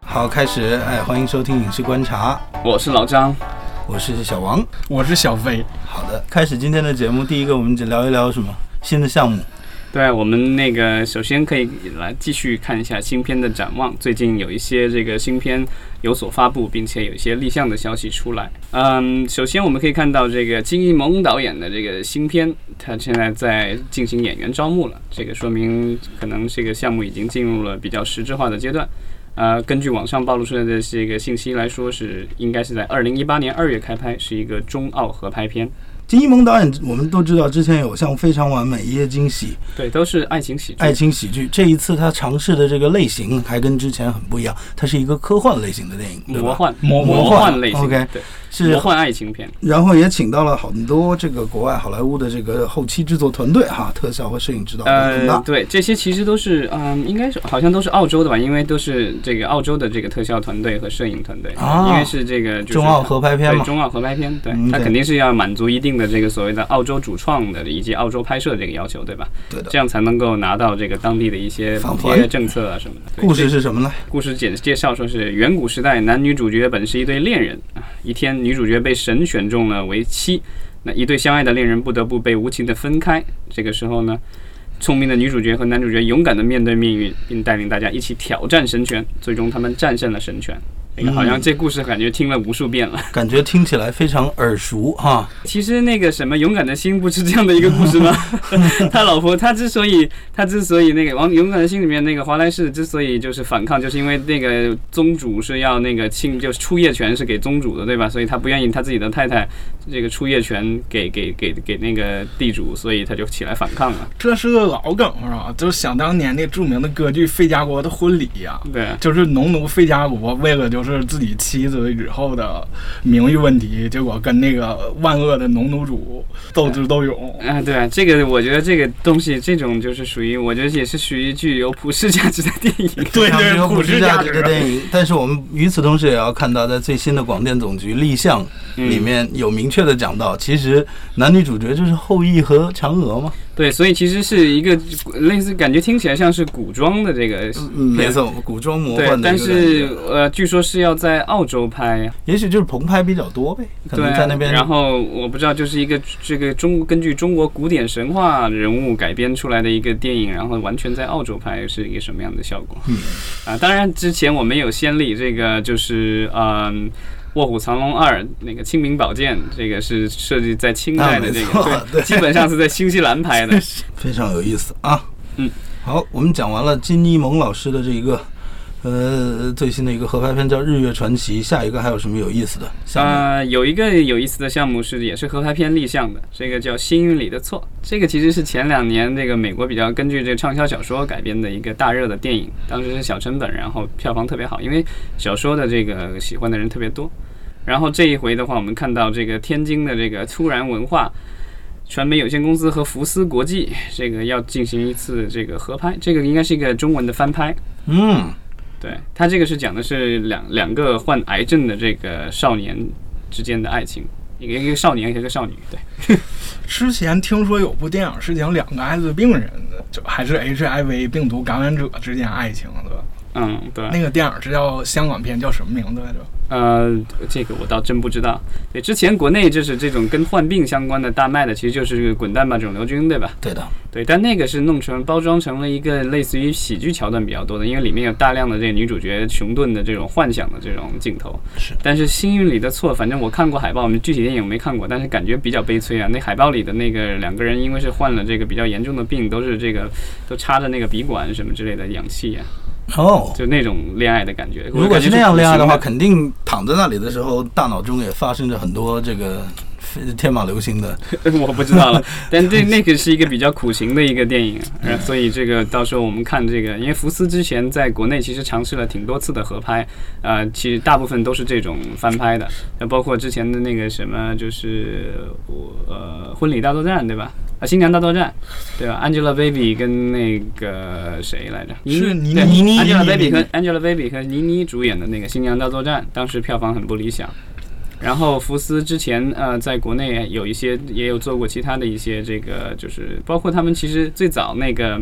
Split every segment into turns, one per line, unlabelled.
好，开始，哎，欢迎收听《影视观察》，
我是老张，
我是小王。
我是小飞，
好的，开始今天的节目，第一个我们聊一聊什么新的项目？
对我们那个首先可以来继续看一下新片的展望，最近有一些这个新片有所发布，并且有一些立项的消息出来。嗯，首先我们可以看到这个金一萌导演的这个新片，他现在在进行演员招募了，这个说明可能这个项目已经进入了比较实质化的阶段。呃，根据网上暴露出来的这个信息来说是，应该是在二零一八年二月开拍，是一个中澳合拍片。
金一萌导演，我们都知道之前有像《非常完美》《一夜惊喜》
对，都是爱情喜剧。
爱情喜剧，这一次他尝试的这个类型还跟之前很不一样，它是一个科幻类型的电影，对
魔
吧？
幻
魔
魔幻
类型
OK
对，
是
魔，幻爱情片，
然后也请到了很多这个国外好莱坞的这个后期制作团队哈，特效和摄影指导都很
呃，
大。
对，这些其实都是，嗯，应该是好像都是澳洲的吧，因为都是这个澳洲的这个特效团队和摄影团队，
啊
因为是这个就是
中澳合拍片
对
嘛，
中澳合拍片，对，
嗯
它
对
肯定是要满足一定的这个所谓的澳洲主创的以及澳洲拍摄这个要求，对吧？
对的。
这样才能够拿到这个当地的一些
返
补
还
贴政策啊什么的。对
故
这
事是什么呢？
故事简介绍说是远古时代，男女主角本是一对恋人啊。一天，女主角被神选中了为妻，那一对相爱的恋人不得不被无情的分开。这个时候呢，聪明的女主角和男主角勇敢的面对命运，并带领大家一起挑战神权，最终他们战胜了神权。那个好像这故事感觉听了无数遍了。
感觉听起来非常耳熟哈。
其实那个什么勇敢的心不是这样的一个故 事吗？他老婆，他之所以他之所以那个往勇敢的心里面那个华莱士之所以就是反抗，就是因为那个宗主是要那个亲，就是出业权是给宗主的，对吧？所以他不愿意他自己的太太这个出业权给给给给那个地主，所以他就起来反抗了。
这是个老梗是吧？就是想当年那著名的歌剧《费加罗的婚礼》呀，
对啊，
就是农奴费加罗为了就是自己妻子以后的名誉问题，结果跟那个万恶的农奴主斗智斗勇。
啊，对啊，这个我觉得这个东西，这种就是属于，我觉得也是属于具有普世价值的电影。
对
像这
对，
个
普
普
世
世
价
价值
值
的电影，但是我们与此同时也要看到，在最新的广电总局立项
嗯
里面有明确的讲到，其实男女主角就是后羿和嫦娥嘛。
对，所以其实是一个类似，感觉听起来像是古装的这个
嗯，没错，古装魔
对
幻，的
但
一个感觉
是呃，据说是要在澳洲拍，
也许就是澎湃比较多呗，可
对
能
啊，
在那边。
然后我不知道，就是一个这个中根据中国古典神话人物改编出来的一个电影，然后完全在澳洲拍是一个什么样的效果？
嗯
啊，当然之前我们有先例，这个就是嗯。卧虎藏龙二》那个《清明宝剑》，这个是设计在清代的这
啊没错
个，对，基本上是在新西兰拍 的。
非常有意思啊。
嗯，
好，我们讲完了金一萌老师的这一个。呃，最新的一个合拍片叫《日月传奇》，下一个还有什么有意思的项目？
呃，有一个有意思的项目是也是合拍片立项的，这个叫《幸运里的错》，这个其实是前两年这个美国比较根据这个畅销小说改编的一个大热的电影，当时是小成本，然后票房特别好，因为小说的这个喜欢的人特别多。然后这一回的话，我们看到这个天津的这个突然文化。传媒有限公司和福斯国际这个要进行一次这个合拍，这个应该是一个中文的翻拍，
嗯，
对他这个是讲的是两两个患癌症的这个少年之间的爱情，一个一个少年一个少女，对，
之前听说有部电影是讲两个艾滋病人的，就还是 HIV 病毒感染者之间爱情的。
嗯对，
那个电影是叫香港片，叫什么名字来着？
呃，这个我倒真不知道。对，之前国内就是这种跟患病相关的大卖的，其实就是《滚蛋吧肿瘤君》，对吧？
对的，
对，但那个是弄成包装成了一个类似于喜剧桥段比较多的，因为里面有大量的这个女主角熊顿的这种幻想的这种镜头。
是
但是《幸运里的错》，反正我看过海报，我们具体电影没看过，但是感觉比较悲催啊。那海报里的那个两个人，因为是患了这个比较严重的病，都是这个都插着那个鼻管什么之类的氧气啊，
哦，
就那种恋爱的感觉。
如果是那样恋爱的话，
我感觉是
肯定躺在那里的时候，大脑中也发生着很多这个非天马流星的。
苦行的 我不知道 了。但这那个是一个比较苦行的一个电影，呃所以这个到时候我们看这个，因为福斯之前在国内其实尝试了挺多次的合拍，呃，其实大部分都是这种翻拍的，那包括之前的那个什么，就是我呃婚礼大作战对吧？啊，新娘大作战，对吧？Angelababy 跟那个谁来着？
是
妮
倪
对
妮妮
Angelababy
妮
和 Angelababy 和倪妮主演的那个新娘大作战，当时票房很不理想。然后福斯之前呃，在国内有一些也有做过其他的一些这个，就是包括他们其实最早那个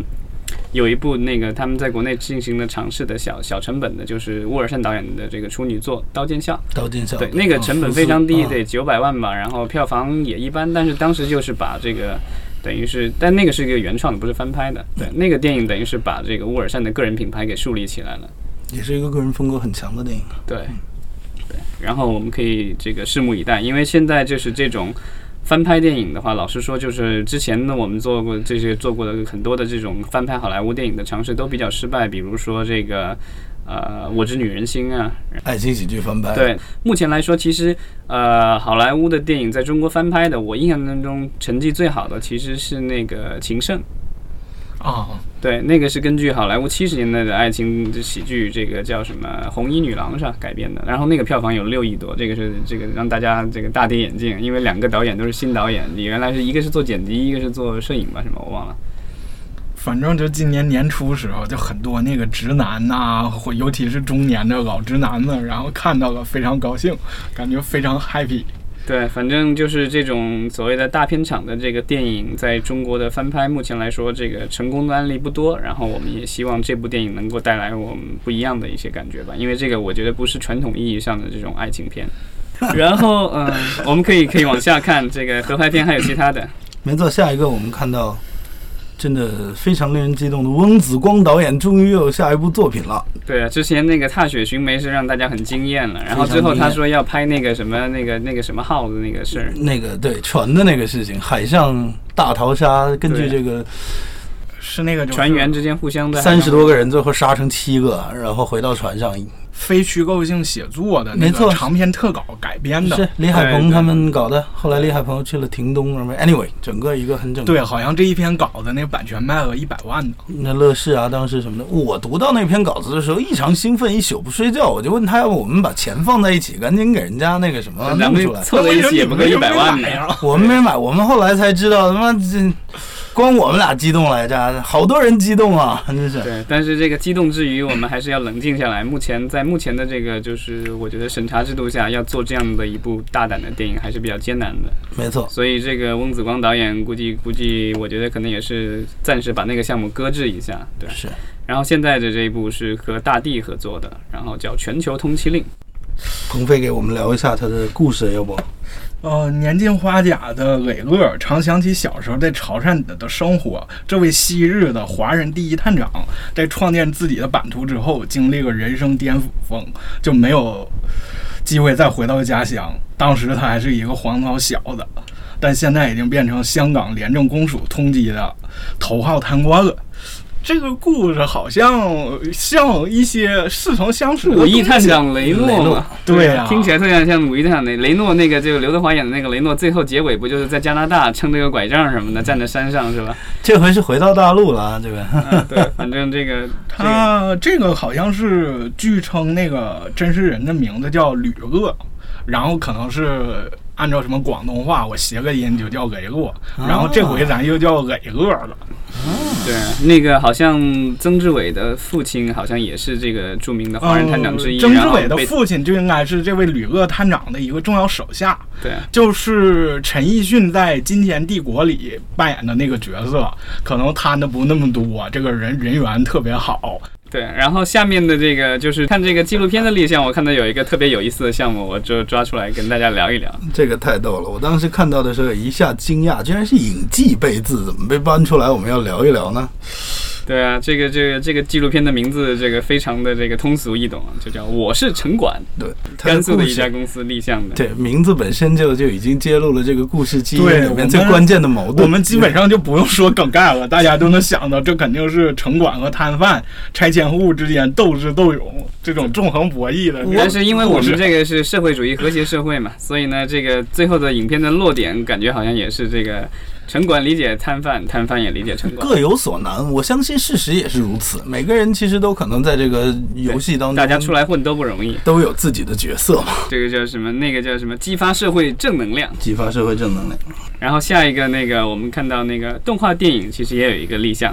有一部那个他们在国内进行了尝试的小小成本的，就是沃尔善导演的这个处女作《刀剑笑》。
刀剑笑
对，嗯那个成本非常低，
对
得九百万吧，然后票房也一般，但是当时就是把这个。等于是，但那个是一个原创的，不是翻拍的。对，那个电影等于是把这个乌尔善的个人品牌给树立起来了。
也是一个个人风格很强的电影。
对，对。然后我们可以这个拭目以待，因为现在就是这种翻拍电影的话，老实说，就是之前呢我们做过这些做过的很多的这种翻拍好莱坞电影的尝试都比较失败，比如说这个呃《我之女人心》啊，
爱情喜剧翻拍，
对，目前来说，其实呃，好莱坞的电影在中国翻拍的，我印象当中成绩最好的其实是那个《情圣》。
啊，
对，那个是根据好莱坞七十年代的爱情喜剧，这个叫什么《红衣女郎》是吧改编的？然后那个票房有六亿多，这个是这个让大家这个大跌眼镜，因为两个导演都是新导演，你原来是一个是做剪辑，一个是做摄影吧，什么我忘了。
反正就今年年初时候，就很多那个直男呐、或尤其是中年的老直男们，然后看到了非常高兴，感觉非常 happy。
对，反正就是这种所谓的大片场的这个电影，在中国的翻拍，目前来说，这个成功的案例不多。然后我们也希望这部电影能够带来我们不一样的一些感觉吧，因为这个我觉得不是传统意义上的这种爱情片。然后，嗯、我们可以可以往下看这个合拍片，还有其他的。
没错，下一个我们看到，真的非常令人激动的翁子光导演终于又有下一部作品了。
对啊，之前那个《踏雪寻梅》是让大家很惊艳了，然后之后他说要拍那个什么那个那个什么号的那个事儿，
那个对船的那个事情，海上大逃杀，根据这个
是那个就是
船员之间互相的
三十多个人最后杀成七个，然后回到船上，
非虚构性写作的那
没
个
错
长篇特稿改编的。
是李海
对
鹏
对
他们搞的。后来李海鹏去了屏东什么，anyway，整个一个很整。
对，啊好像这一篇稿子那版权卖了一百万呢。
那乐视啊，当时什么的，我读到那篇稿子的时候，异常兴奋，一宿不睡觉。我就问他，要不我们把钱放在一起，赶紧给人家那个什么
咱
弄
们
出来。
凑在呃一起也不够一百万呢。
呀！
我们没买，我们后来才知道，他妈这光我们俩激动来着，好多人激动啊，真是。
对，但是这个激动之余，我们还是要冷静下来。目前在目前的这个就是我觉得审查制度下，要做这样的一部大胆的电影还是比较艰难的。
没错，
所以这个翁子光导演估计估计，我觉得可能也是暂时把那个项目搁置一下。对，
是
然后现在的这一部是和大地合作的，然后叫《全球通缉令》。
鹏飞给我们聊一下他的故事，要不？
呃，年近花甲的磊乐常想起小时候在潮汕的生活。这位昔日的华人第一探长，在创建自己的版图之后，经历了人生巅峰，就没有机会再回到家乡。当时他还是一个黄毛小子，但现在已经变成香港廉政公署通缉的头号贪官了。这个故事好像像一些似曾相识的
武义
东
探
西
长雷诺嘛，
对啊
听起来特别像武义探长雷雷诺那个，就刘德华演的那个雷诺，最后结尾不就是在加拿大撑着个拐杖什么的，站在山上是吧？
这回是回到大陆了啊，这个
嗯对，反正这个这个
他这个好像是据称那个真实人的名字叫吕鄂，然后可能是按照什么广东话我谐个音就叫雷
啊
洛，然后这回咱又叫磊鄂了。
对啊，那个好像曾志伟的父亲好像也是这个著名的华人探长之一，
呃曾
然
志
后
伟的
被
父亲就应该是这位吕鄂探长的一个重要手下，
对啊
就是陈奕迅在《金钱帝国》里扮演的那个角色，可能贪的不那么多，这个人人缘特别好。
对，然后下面的这个就是看这个纪录片的立项，我看到有一个特别有意思的项目，我就抓出来跟大家聊一聊。
这个太逗了。我当时看到的时候一下惊讶，居然是影记背字，怎么被搬出来？我们要聊一聊呢？
对啊，这个这个这个纪录片的名字这个非常的这个通俗易懂，啊，就叫《我是城管
对，》，他
甘肃
故
的一家
事。
公司立项的。
对，名字本身就就已经揭露了这个故事基因
对
里面
我
最
们
关键的矛盾。
我们基本上就不用说梗概了，大家都能想到，这肯定是城管和摊贩、拆迁户之间斗智斗勇这种纵横博弈的。
但是因为我
故
们
事
这个是社会主义和谐社会嘛，所以呢，这个最后的影片的落点感觉好像也是这个城管理解摊贩，摊贩也理解城管。
各有所难，我相信事实也是如此。每个人其实都可能在这个游戏当中，
大家出来混都不容易。
都有自己的角色嘛，
这个叫什么？那个叫什么？激发社会正能量。
激发社会正能量。
然后下一个那个，我们看到那个动画电影其实也有一个立项，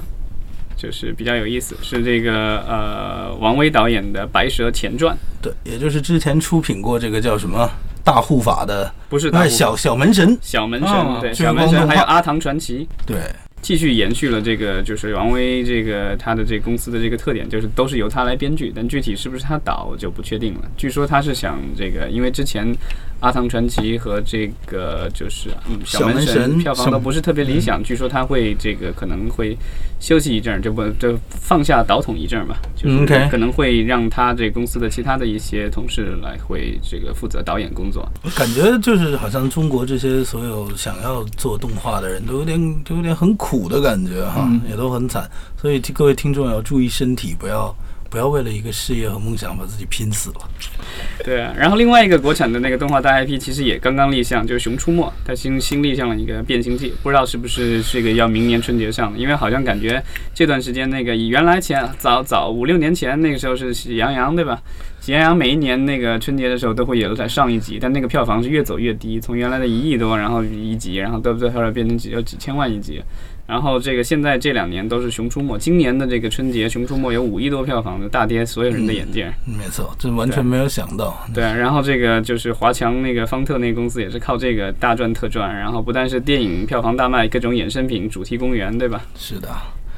就是比较有意思，是这个呃王威导演的《白蛇前传》，
对，也就是之前出品过这个叫什么大护法的
不是大
那
陆
哎小小门神，
小门神，
哦
对
追
小门
光
神，
动画
还有阿唐传奇。
对，
继续延续了这个就是王威这个他的这个公司的这个特点，就是都是由他来编剧，但具体是不是他导我就不确定了。据说他是想这个，因为之前《阿汤传奇》和这个就是嗯
小
门
门嗯神
票房
小
都不是特别理想，据说他会这个可能会休息一阵儿，就不就放下导统一阵儿嘛，就是
嗯 OK
可能会让他这公司的其他的一些同事来会这个负责导演工作。
感觉就是好像中国这些所有想要做动画的人都有点都有点很苦的感觉哈，
嗯
也都很惨。所以各位听众要注意身体，不要不要为了一个事业和梦想把自己拼死了。
对啊，然后另外一个国产的那个动画大 IP 其实也刚刚立项，就是《熊出没》，它新新立项了一个变形记，不知道是不是这个要明年春节上的，因为好像感觉这段时间那个以原来前早早五六年前那个时候是喜羊羊对吧？喜羊羊每一年那个春节的时候都会有在上一集，但那个票房是越走越低，从原来的一亿多，然后一集，然后到最后变成几有几千万一集。然后这个现在这两年都是《熊出没》，今年的这个春节，《熊出没》有五亿多票房的大跌所有人的眼镜。
没错，这完全没有想到。
对，然后这个就是华强那个方特那个公司也是靠这个大赚特赚，然后不但是电影票房大卖，各种衍生品、主题公园，对吧？
是的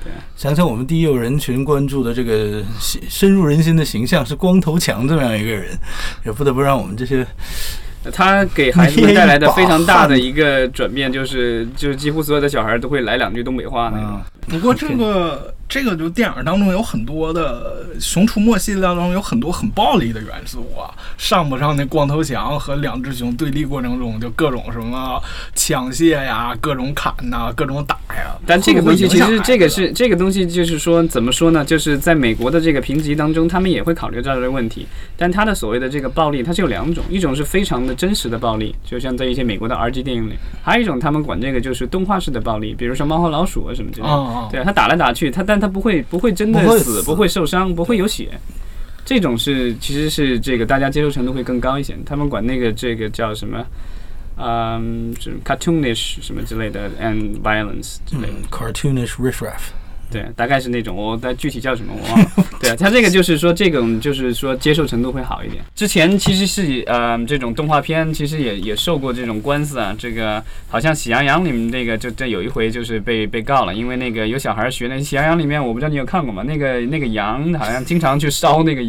对。
想想我们第一有人群关注的这个形深入人心的形象是光头强这么样一个人，也不得不让我们这些
他给孩子们带来的非常大的一个转变，就是就是几乎所有的小孩都会来两句东北话那种。
啊，
不过这个这个就电影当中有很多的《熊出没》系列当中有很多很暴力的元素啊，上不上那光头强和两只熊对立过程中就各种什么抢械呀、各种砍呐、各种打呀。
但这个东西其
会不会
实
影响
这个
孩子啊
是这个东西就是说怎么说呢？就是在美国的这个评级当中，他们也会考虑到这个问题。但它的所谓的这个暴力，它是有两种，一种是非常的真实的暴力，就像在一些美国的 R G 电影里；还有一种他们管这个就是动画式的暴力，比如说猫和老鼠啊什么之类
啊
的。
啊，
对他打来打去，他但他不会不会真的
不会
死，
死
不会受伤，不会有血。这种是其实是这个大家接受程度会更高一些，他们管那个这个叫什么，嗯，是 cartoonish 什么之类的，and violence 之类的，
嗯，cartoonish riffraff，
对，大概是那种，我但具体叫什么我忘了。 对，他这个就是说这种就是说接受程度会好一点。之前其实是以呃这种动画片其实也也受过这种官司啊，这个好像《喜羊羊》里面这个就这有一回就是被被告了，因为那个有小孩学那《喜羊羊》里面，我不知道你有看过吗？那个那个羊好像经常去烧那个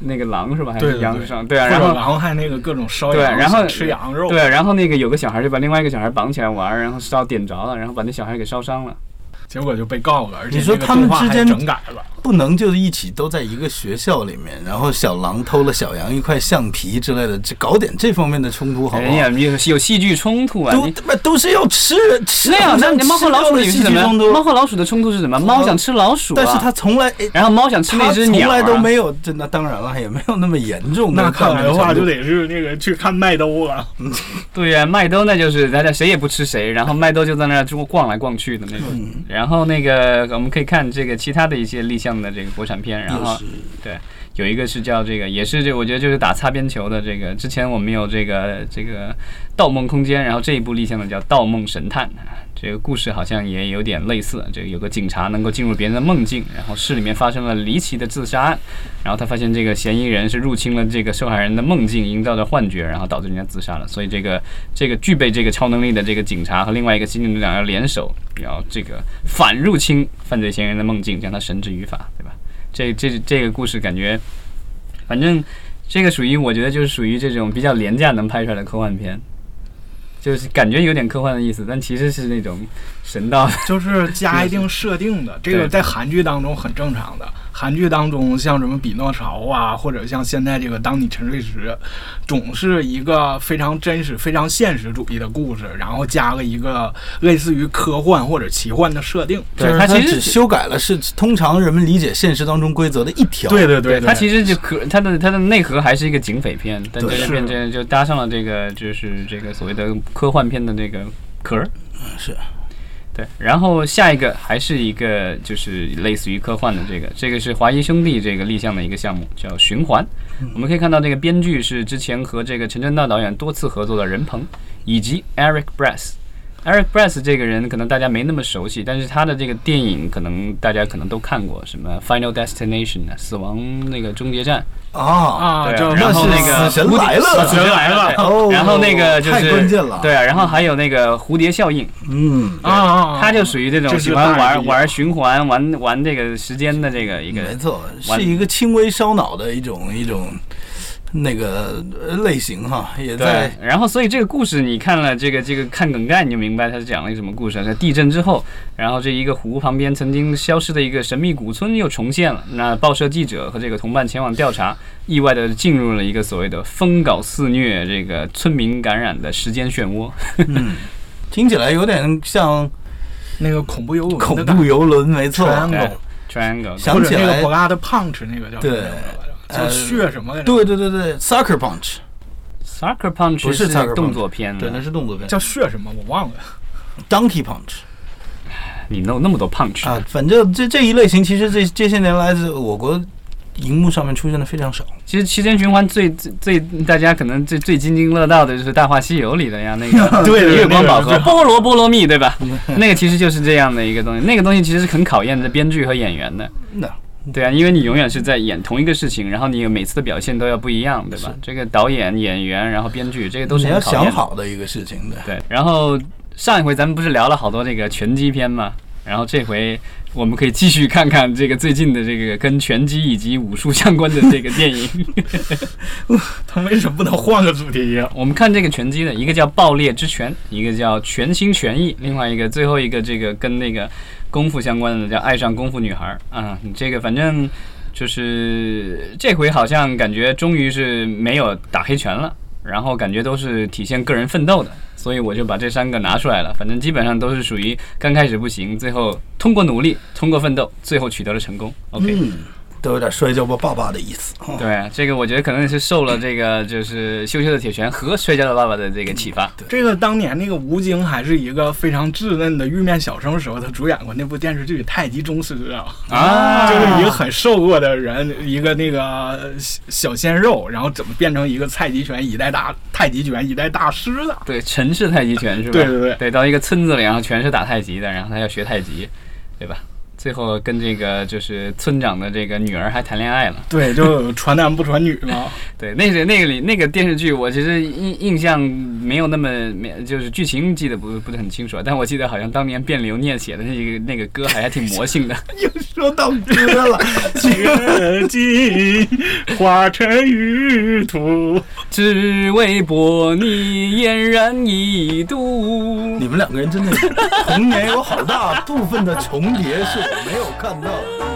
那个狼是吧？还
对
是
对
羊
对
上？对啊，
或
然
者
后
狼还那个各种烧
对
羊，
然后
吃羊肉，啊
对，啊然后那个有个小孩就把另外一个小孩绑起来玩儿，然后烧点着了，然后把那小孩给烧伤了。
结果就被告了，而且
你说
这个
他们
动画
之
还
间
整改了。
不能就是一起都在一个学校里面，然后小狼偷了小羊一块橡皮之类的，这搞点这方面的冲突好
啊
不
哎
好？
呀，有有戏剧冲突啊！
都
你
他妈都是要吃人吃
那 样，
好
啊那
像
那猫和老鼠
吃掉的
里面
戏
是什
剧
么
冲
呀？
突
猫和老鼠的冲突是什么？猫想吃老鼠、啊，
但是他从来哎，
然后猫想吃那
他
只
从
鸟、啊，
来都没有，这那当然了，也没有那么严重。
那看来的话，就
得。
得是那个去看啊麦兜了。
对呀、麦兜那就是大家谁也不吃谁，然后麦兜就在那儿就逛来逛去的那种。
嗯
然后那个我们可以看这个其他的一些立项的这个国产片，然后
又是
有一个是叫这个，也是这我觉得就是打擦边球的这个。之前我们有这个这个《盗梦空间》，然后这一部立项的叫《盗梦神探》，啊这个故事好像也有点类似。这个有个警察能够进入别人的梦境，然后市里面发生了离奇的自杀案，然后他发现这个嫌疑人是入侵了这个受害人的梦境，营造的幻觉，然后导致人家自杀了。所以这个这个具备这个超能力的这个警察和另外一个刑警队长要联手，要这个反入侵犯罪嫌疑人的梦境，将他绳之于法，对吧？这这这个故事感觉，反正这个属于我觉得就是属于这种比较廉价能拍出来的科幻片，就是感觉有点科幻的意思，但其实是那种神道。
就是加一定设定的，这
对
个在韩剧当中很正常的。韩剧当中像什么《匹诺曹》啊，或者像现在这个《当你沉睡时》，总是一个非常真实、非常现实主义的故事，然后加了一个类似于科幻或者奇幻的设定。
就
对
是
它
他
其实
只修改了是通常人们理解现实当中规则的一条。
对对对
它其实就可它的它的内核还是一个警匪片，但
对
这个
是
变成就搭上了这个就是这个所谓的科幻片的这个壳儿。
嗯是。
对，然后下一个还是一个就是类似于科幻的这个，这个是华谊兄弟这个立项的一个项目，叫《循环》。
嗯
我们可以看到这个编剧是之前和这个陈正道导演多次合作的任鹏，以及 Eric Brass。 Eric Brass 这个人可能大家没那么熟悉，但是他的这个电影可能大家可能都看过，什么《Final Destination》啊，死亡那个终结站，
啊，
啊，
对
这
然后
是
那个
死神
蝴
来了，
死神来了，
哦
然后那个就是
太关键了，
对啊，然后还有那个蝴蝶效应，
嗯，
啊啊，
他就属于这种
这是
喜欢
大
玩
地
啊
玩循环、玩玩这个时间的这个一个
没错，
完
是一个轻微烧脑的一种一种那个呃类型哈，也
对
在，
然后所以这个故事你看了这个这个看梗概，你就明白它是讲了一个什么故事啊。在地震之后，然后这一个湖旁边曾经消失的一个神秘古村又重现了。那报社记者和这个同伴前往调查，意外的进入了一个所谓的疯狗肆虐、这个村民感染的时间漩涡。
嗯，听起来有点像
那个恐怖游轮
恐
的感
怖游轮，没错，
Triangle
对哎 Triangle，
想
或者
起
那
来
个博拉的 Punch 那个叫什么
对
来着？
呃
叫血什么来着？
对对对对，Sucker Punch，
Sucker Punch
不是 Sucker Punch
动作片啊
对，那
了，
是动作片，叫
叫血什么？我忘了。
Donkey Punch
你弄那么多 punch，
啊，反正这这一类型，其实这这些年来自我国荧幕上面出现的非常少。
其实期间循环最最最大家可能最最津津乐道的就是《大话西游》里的呀，那 个
对对
月光宝盒
那个
菠萝菠萝蜜，对吧？
嗯
那个其实就是这样的一个东西，那个东西其实是很考验的编剧和演员的，
那
对啊，因为你永远是在演同一个事情，然后你每次的表现都要不一样，对吧？这个导演、演员，然后编剧，这个都是
你要
很考验
想
的
好的一个事情的，
对，然后上一回咱们不是聊了好多这个拳击片嘛，然后这回我们可以继续看看这个最近的这个跟拳击以及武术相关的这个电影。
他为什么不能换个主题呀？
我们看这个拳击的，一个叫《爆裂之拳》，一个叫《全心全意》，另外一个最后一个这个跟那个功夫相关的叫《爱上功夫女孩》啊，你这个反正就是这回好像感觉终于是没有打黑拳了。然后感觉都是体现个人奋斗的，所以我就把这三个拿出来了。反正基本上都是属于刚开始不行，最后通过努力、通过奋斗，最后取得了成功。OK，、
嗯，都有点摔跤吧爸爸的意思。啊
对这个我觉得可能是受了这个就是《羞羞的铁拳》和《摔跤的爸爸》的这个启发。
这个当年那个吴京还是一个非常稚嫩的玉面小生时候，他主演过那部电视剧《太极宗师》啊，
啊
就是一个很瘦弱的人，一个那个小小鲜肉，然后怎么变成一个太极拳一代大太极拳一代大师的？
对陈氏太极拳是吧？
对对对
到一个村子里，然后全是打太极的，然后他要学太极，对吧？最后跟这个就是村长的这个女儿还谈恋爱了。
对，就传男不传女 嘛。
对，那是那个里那个电视剧，我其实印印象没有那么没，就是剧情记得不不是很清楚，但我记得好像当年卞刘念写的那个那个歌还还挺魔 性的。
又说到歌了，
千金化成玉土，
只为博你嫣然一度。
你们两个人真的是童年有好大部分的重叠是我没有看到的。